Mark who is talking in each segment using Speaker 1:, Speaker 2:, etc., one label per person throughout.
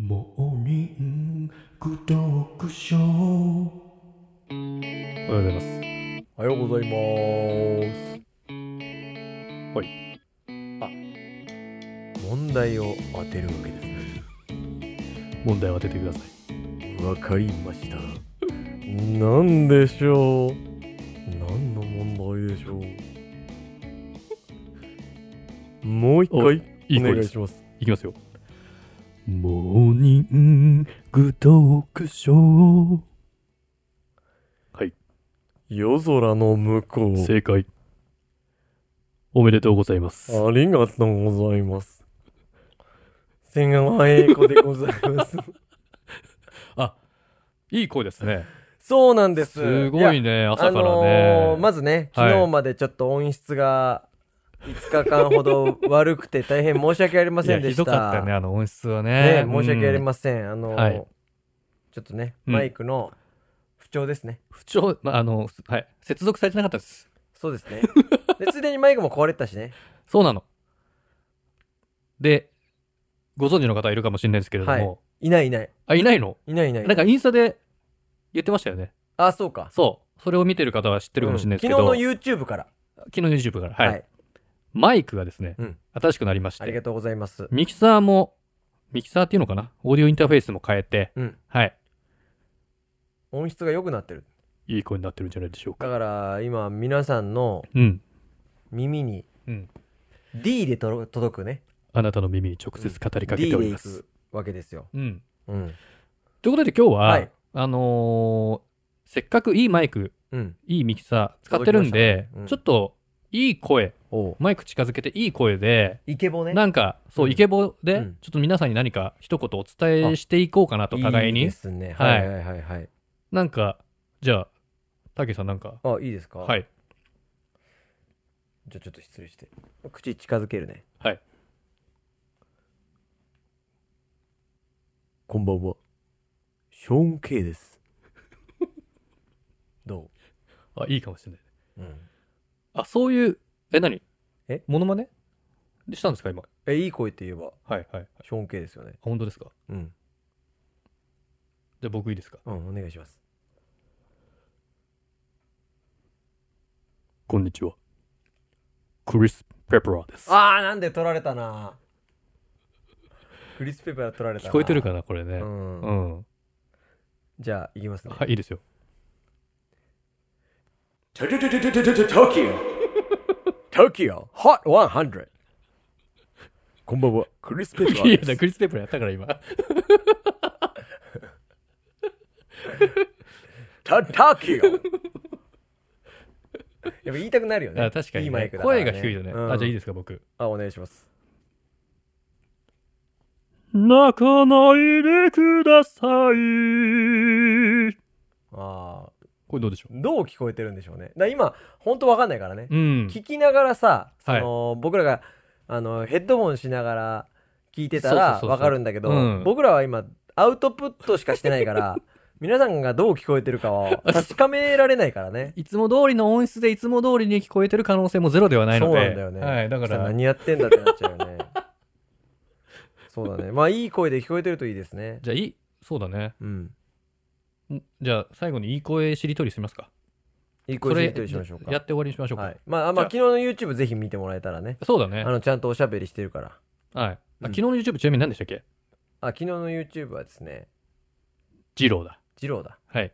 Speaker 1: モーニング読書おはようございます
Speaker 2: おはようございます。
Speaker 1: はい。
Speaker 2: あ、問題を当てるわけですね。
Speaker 1: 問題を当ててください
Speaker 2: わかり ました。なんでしょう何の問題でしょうもう一
Speaker 1: お
Speaker 2: 回
Speaker 1: いい
Speaker 2: お
Speaker 1: 声
Speaker 2: 願
Speaker 1: で
Speaker 2: い
Speaker 1: す
Speaker 2: します。
Speaker 1: いきますよモーニング読書
Speaker 2: 夜空の向こう。
Speaker 1: 正解おめでとうございます
Speaker 2: ありがとうございます。千川栄子でござい ます。
Speaker 1: いい声ですね
Speaker 2: そうなんで
Speaker 1: す
Speaker 2: す。いや
Speaker 1: ごいね朝から
Speaker 2: あ
Speaker 1: ね
Speaker 2: のーまずね、
Speaker 1: はい
Speaker 2: 昨日までちょっと音質が5日間ほど悪くて大変申し訳ありません
Speaker 3: いや
Speaker 2: で
Speaker 3: ひ
Speaker 2: した。
Speaker 3: どかったよね、あの音質はね。
Speaker 2: ね申し訳あり
Speaker 3: うん
Speaker 2: ません。あのー
Speaker 3: はい
Speaker 2: ちょっとね、
Speaker 3: うん
Speaker 2: マイクの不調ですね。
Speaker 3: 不調、まあ、あの、はい。接続されてなかったです。
Speaker 2: そうですね。で、ついでにマイクも壊れてたしね。
Speaker 3: そうなの。で、ご存知の方いるかもしれないですけれども、
Speaker 2: いないいない。
Speaker 3: あ、いないの
Speaker 2: いないいない。
Speaker 3: なんかインスタで言ってましたよね。
Speaker 2: あ、そうか。
Speaker 3: そう。それを見てる方は知ってるかもしれないですけど、
Speaker 2: うん昨日の YouTube から。
Speaker 3: 昨日 YouTube から、はい。マイクがですね、
Speaker 2: うん
Speaker 3: 新しくなりまし
Speaker 2: ありが
Speaker 3: て、
Speaker 2: とうございます。
Speaker 3: ミキサーも、ミキサーっていうのかなオーディオインターフェースも変えて、
Speaker 2: うん
Speaker 3: はい。
Speaker 2: 音質が良くなってる。
Speaker 3: いい声になってるんじゃないでしょう
Speaker 2: だ
Speaker 3: か。
Speaker 2: から、今、皆さんの
Speaker 3: うん。
Speaker 2: 耳に
Speaker 3: うん
Speaker 2: D でとろ届くね。
Speaker 3: あなたの耳に直接語りかけ
Speaker 2: D
Speaker 3: ており
Speaker 2: で
Speaker 3: ま
Speaker 2: い
Speaker 3: す
Speaker 2: く。わけですよ。
Speaker 3: うん。
Speaker 2: うん。
Speaker 3: ということで今日は、
Speaker 2: はい
Speaker 3: あのーせっかくいいマイク、
Speaker 2: うん。
Speaker 3: いいミキサー使ってるんで、
Speaker 2: 届きましたねうん
Speaker 3: ちょっといい声、
Speaker 2: おう。
Speaker 3: マイク近づけていい声で、
Speaker 2: イケボね。
Speaker 3: なんか、そうう、
Speaker 2: ん
Speaker 3: イケボで、
Speaker 2: うん
Speaker 3: ちょっと皆さんに何か一言お伝えしていこうかなと、互いに。
Speaker 2: いいですね。は
Speaker 3: はいい
Speaker 2: はいはいはい。
Speaker 3: なんか、じゃあ、たけさんなんか、
Speaker 2: あ、いいですか
Speaker 3: は。い。
Speaker 2: じゃあちょっと失礼して。口近づけるね。
Speaker 3: はい。
Speaker 2: こんばんは。ショーン・ケイです。 ど
Speaker 3: あ、いいかもしれない。
Speaker 2: ううん。
Speaker 3: あ、そういう、え、何
Speaker 2: え
Speaker 3: モノマネでしたんですか、今。
Speaker 2: え、いい声って言えば、
Speaker 3: はいはい。あ
Speaker 2: ショーン・ケイですよね。
Speaker 3: 本当ですか
Speaker 2: うん。
Speaker 3: じゃあ僕いいですか
Speaker 2: うん、お願いします。
Speaker 3: こんにちは。クリス・ペプラーです。
Speaker 2: あー、なんで取られたなクリス・ペプラ取られたな
Speaker 3: 聞こえてるかな、これね。
Speaker 2: うん。
Speaker 3: うん。
Speaker 2: じゃあ、いきますね。
Speaker 3: はい、いいですよ。
Speaker 2: TOKYO TOKYO HOT 100こんばんはクリス・ペ プラ
Speaker 3: いや、
Speaker 2: ー
Speaker 3: だから
Speaker 2: です
Speaker 3: クリス・ペプラーやったから今。
Speaker 2: タ TOKYO やっぱ言いたくなるよね
Speaker 3: あ確かにね、
Speaker 2: いいマイクだから、
Speaker 3: 声が低いとね。あ、じゃあいいで
Speaker 2: です
Speaker 3: すか、僕。
Speaker 2: あお願いします
Speaker 3: 泣かないでください。
Speaker 2: あー
Speaker 3: これどうでしょ
Speaker 2: どう聞こえてるんでしょうねだから今本当わかんないからね、
Speaker 3: ううん。
Speaker 2: 聞きながらさそ
Speaker 3: はい
Speaker 2: の、僕らがあのヘッドホンしながら聞いてた
Speaker 3: そうそうそう
Speaker 2: ら
Speaker 3: そう
Speaker 2: わかるんだけど
Speaker 3: うん
Speaker 2: 僕らは今アウトプットしかしてないから 皆さんがどう聞こえてるかは確かめられないからね
Speaker 3: いつも通りの音質でいつも通りに聞こえてる可能性もゼロではないので。
Speaker 2: そうなんだよね、
Speaker 3: はい、だか
Speaker 2: さ
Speaker 3: ら、
Speaker 2: 何やってんだってなっちゃうよね そうだねまあいい声で聞こえてるといいですね
Speaker 3: じゃあいい、そうだね。
Speaker 2: うん
Speaker 3: んじゃあ最後にいい声しりとりしますか。
Speaker 2: いい
Speaker 3: そ
Speaker 2: 声で
Speaker 3: れ
Speaker 2: 聞いてりしましょうか
Speaker 3: やって終わりにしましょうか。
Speaker 2: はい、まああまあ
Speaker 3: じ
Speaker 2: 昨日の YouTube ぜひ見てもらえたらね
Speaker 3: そうだね。
Speaker 2: あ
Speaker 3: はい。
Speaker 2: のちゃんとおしゃべりしてるから
Speaker 3: あ
Speaker 2: うん
Speaker 3: 昨日の YouTube ちなみに何でしたっけ
Speaker 2: あ昨日の YouTube はですね
Speaker 3: 二郎だ。
Speaker 2: 二郎だ
Speaker 3: はい。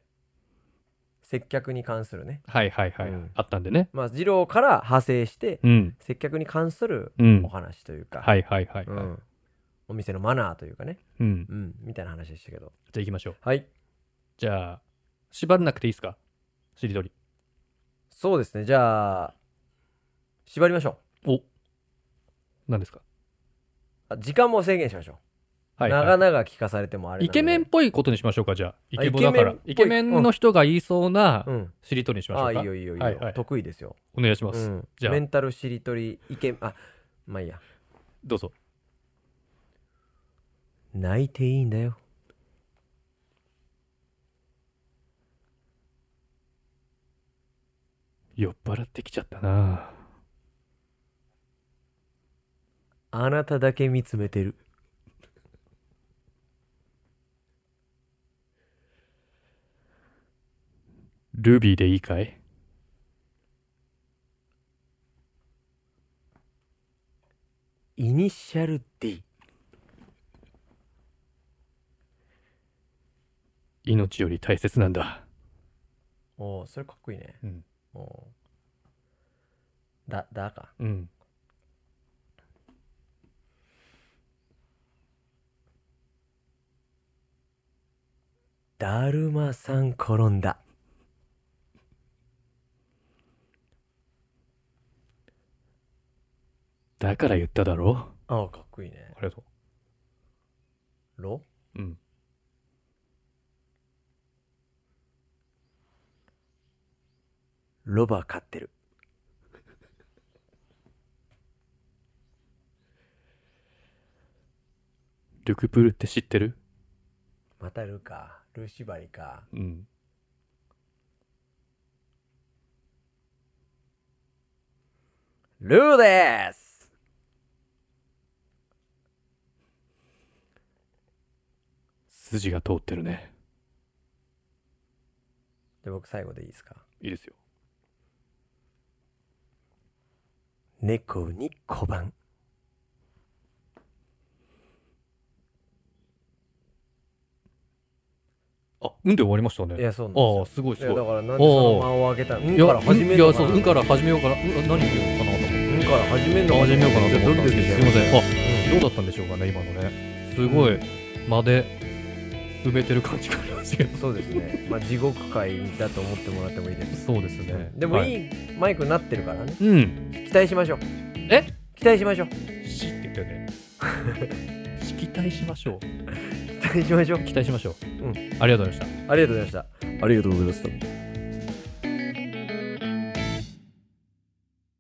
Speaker 2: 接客に関するね
Speaker 3: はいはいはい。
Speaker 2: うん
Speaker 3: あったんでね。
Speaker 2: まあ二郎から派生して
Speaker 3: うん。
Speaker 2: 接客に関する
Speaker 3: うん
Speaker 2: お。話というか、
Speaker 3: はいはいはい、
Speaker 2: う
Speaker 3: はい。
Speaker 2: ん、お店のマナーというかね
Speaker 3: うん。
Speaker 2: うんみたいな話でしたけど
Speaker 3: じゃあ行きましょう。
Speaker 2: はい
Speaker 3: じゃあ、縛らなくていいですかしりとり。
Speaker 2: そうですねじゃあ縛りましょう
Speaker 3: お何ですか
Speaker 2: あ時間も制限しましょう
Speaker 3: はい、
Speaker 2: 長
Speaker 3: は
Speaker 2: 々聞かされてもあれ
Speaker 3: い。
Speaker 2: な
Speaker 3: イ
Speaker 2: ので
Speaker 3: ケメンっぽいことにしましょうか、じゃあ。イケボだから。
Speaker 2: イ
Speaker 3: イケ
Speaker 2: ケ
Speaker 3: メ
Speaker 2: メンっぽい
Speaker 3: ンの人が言いそうな
Speaker 2: うん
Speaker 3: しりとりにしましょ
Speaker 2: あ
Speaker 3: うか。
Speaker 2: いいよいいよいいよ、
Speaker 3: はいはい
Speaker 2: 得意ですよ、
Speaker 3: お願いしま
Speaker 2: う
Speaker 3: す。
Speaker 2: ん、
Speaker 3: じゃあ
Speaker 2: メンタルしりとりイケあまあいいや
Speaker 3: どうぞ。
Speaker 2: 泣いていいんだよ
Speaker 3: 酔っ払ってきちゃったな
Speaker 2: あなただけ見つめてる
Speaker 3: ルビーでいいかい
Speaker 2: イニシャル D
Speaker 3: 命より大切なんだ。
Speaker 2: おおそれかっこいいね
Speaker 1: うん
Speaker 2: おおだだか
Speaker 1: うん
Speaker 2: だるまさん転んだ
Speaker 3: だから言っただろ
Speaker 2: ああかっこいいね
Speaker 1: ありがと
Speaker 2: ろ
Speaker 1: ううん
Speaker 2: ロバ飼ってる
Speaker 3: ルクプルって知ってる
Speaker 2: またルかルシバリか
Speaker 1: うん
Speaker 2: ルーです
Speaker 3: 筋が通ってるね。
Speaker 2: で僕最後でいいですか
Speaker 3: いいですよ。
Speaker 2: 猫に小判
Speaker 3: あ、うんで終わりました
Speaker 2: い
Speaker 3: ね。
Speaker 2: やそうなん
Speaker 3: ああ、
Speaker 2: です
Speaker 3: すごいす
Speaker 2: よいや
Speaker 3: ご
Speaker 2: だ
Speaker 3: い。
Speaker 2: からなんでその間を開けたのうんから始める
Speaker 3: い
Speaker 2: の
Speaker 3: や、
Speaker 2: か
Speaker 3: そう、
Speaker 2: な
Speaker 3: うんから始めようかな。うん何言うのかなと思って。
Speaker 2: うんから始めるの
Speaker 3: 始めようかなと
Speaker 2: じゃあ
Speaker 3: 思ったんですけど、すいま
Speaker 2: ドキドキしちゃう
Speaker 3: せん。あ、どうだったんでしょうかね、今のね。すごい、間で埋めてる感じがありますけど。
Speaker 2: そうですねまあ地獄界だと思ってもらってもいいです
Speaker 3: そうですね。
Speaker 2: でも
Speaker 3: はい
Speaker 2: いマイクになってるからね
Speaker 3: うん。
Speaker 2: 期待しましょう
Speaker 3: え
Speaker 2: 期待しましょう
Speaker 3: しって言ったよ ね。期待しましょう。
Speaker 2: 期待しましょう
Speaker 3: 期待しましょう。
Speaker 2: うん
Speaker 3: ありがとうございました。
Speaker 2: ありがとうございました
Speaker 1: ありがとうございました